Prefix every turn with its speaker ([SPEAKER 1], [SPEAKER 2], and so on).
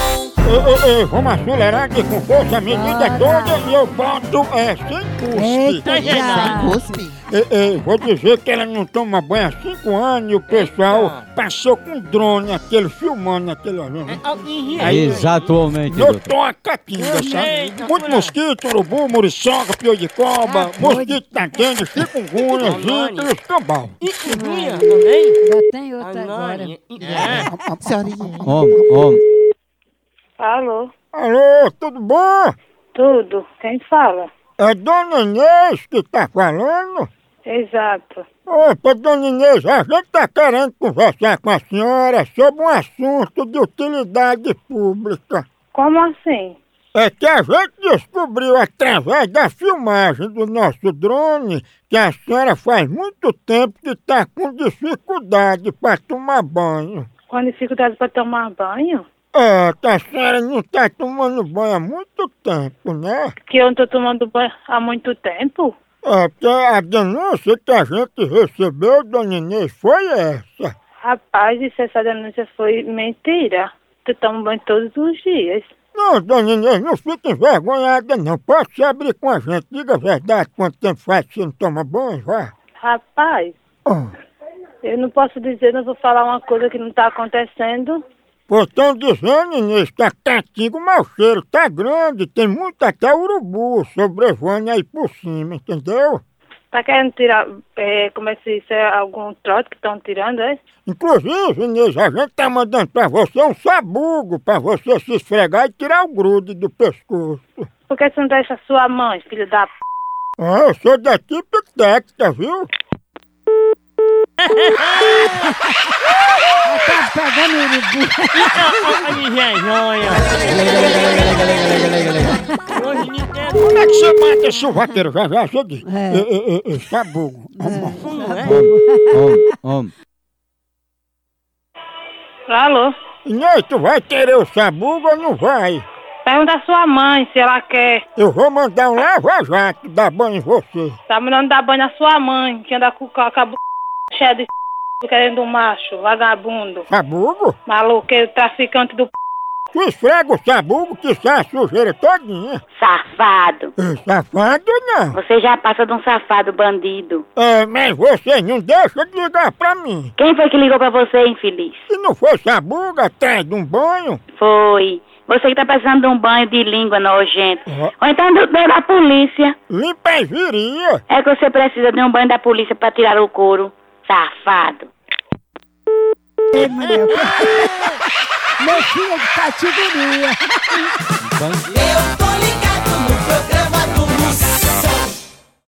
[SPEAKER 1] ei, ei, ei, vamos acelerar aqui com força, a medida toda e eu boto é, sem custo.
[SPEAKER 2] Eita, já.
[SPEAKER 3] Cuspe.
[SPEAKER 1] Ei, ei, vou dizer que ela não toma banho há cinco anos e o pessoal passou com drone, aquele filmando, aquele... né?
[SPEAKER 2] Oh,
[SPEAKER 4] Exatamente.
[SPEAKER 1] Eu
[SPEAKER 4] doutor.
[SPEAKER 1] tô a catinga, sabe?
[SPEAKER 2] Eita,
[SPEAKER 1] Muito
[SPEAKER 2] mulher.
[SPEAKER 1] mosquito, urubu, muriçoca, pior de
[SPEAKER 2] Tá
[SPEAKER 1] cobra, mosquito tá tanquende, chikungunya, zika e escambau.
[SPEAKER 2] Incluía também?
[SPEAKER 5] Já tem outra agora.
[SPEAKER 2] Anônia. É.
[SPEAKER 3] Senhorinha.
[SPEAKER 4] Homem, homem.
[SPEAKER 6] Alô,
[SPEAKER 1] Alô, tudo bom?
[SPEAKER 6] tudo? Quem fala?
[SPEAKER 1] É Dona Inês que tá falando?
[SPEAKER 6] Exato.
[SPEAKER 1] Opa, Dona Inês, a gente tá querendo conversar com a senhora sobre um assunto de utilidade pública.
[SPEAKER 6] Como assim?
[SPEAKER 1] É que a gente descobriu através da filmagem do nosso drone que a senhora faz muito tempo que está com dificuldade para tomar banho.
[SPEAKER 6] Com dificuldade para tomar banho?
[SPEAKER 1] É, que a senhora não está tomando banho há muito tempo, né?
[SPEAKER 6] Que eu não estou tomando banho há muito tempo?
[SPEAKER 1] É, porque a denúncia que a gente recebeu, Dona Inês, foi essa.
[SPEAKER 6] Rapaz, isso, essa denúncia foi mentira. Tu toma banho todos os dias.
[SPEAKER 1] Não, dona Inês, não fique envergonhada não. Pode se abrir com a gente. Diga a verdade quanto tempo faz que você não toma banho, vá.
[SPEAKER 6] Rapaz,
[SPEAKER 1] Ah,
[SPEAKER 6] eu não posso dizer, não vou falar uma coisa que não está acontecendo.
[SPEAKER 1] Pois estão dizendo, Inês, que a catinga, o mau cheiro tá grande. Tem muito até urubu sobrevoando aí por cima, entendeu?
[SPEAKER 6] Tá querendo tirar, é, como é que isso é algum trote que estão tirando, é?
[SPEAKER 1] Inclusive, Inês, a gente tá mandando pra você um sabugo pra você se esfregar e tirar o grude do pescoço.
[SPEAKER 6] Por que você não deixa sua mãe, filho da p...
[SPEAKER 1] Ah, eu sou da tipo tecta, viu?
[SPEAKER 5] Tá pegando urubu.
[SPEAKER 2] Olha, vergonha. Hoje ninguém tem
[SPEAKER 1] Como é que você mata esse vaqueiro? Já, já, cheguei.
[SPEAKER 5] É.
[SPEAKER 1] É. É, é, sabugo.
[SPEAKER 2] fumo, né?
[SPEAKER 4] Homem, homem.
[SPEAKER 6] Alô?
[SPEAKER 1] Inês, tu vai querer o sabugo ou não vai?
[SPEAKER 6] Pergunta à sua mãe se ela quer.
[SPEAKER 1] Eu vou mandar um lava-jato dar banho em você.
[SPEAKER 6] Tá mandando dar banho na sua mãe, que anda com com a cabu cheia de c... querendo um macho, vagabundo,
[SPEAKER 1] Sabugo?
[SPEAKER 6] maloqueiro, traficante do p...
[SPEAKER 1] Tu esfrega o sabugo que sai a sujeira todinha.
[SPEAKER 7] Safado.
[SPEAKER 1] Ei, safado não.
[SPEAKER 7] Você já passa de um safado bandido.
[SPEAKER 1] É, mas você não deixa de ligar pra mim.
[SPEAKER 7] Quem foi que ligou pra você, infeliz?
[SPEAKER 1] Se não for sabugo atrás de um banho,
[SPEAKER 7] Foi. Você que tá precisando de um banho de língua nojento.
[SPEAKER 1] Ó.
[SPEAKER 7] Ou então do banho da polícia.
[SPEAKER 1] limpa as viria.
[SPEAKER 7] É que você precisa de um banho da polícia pra tirar o couro. Safado.
[SPEAKER 5] Meu filho de categoria.
[SPEAKER 4] Então,
[SPEAKER 8] Eu tô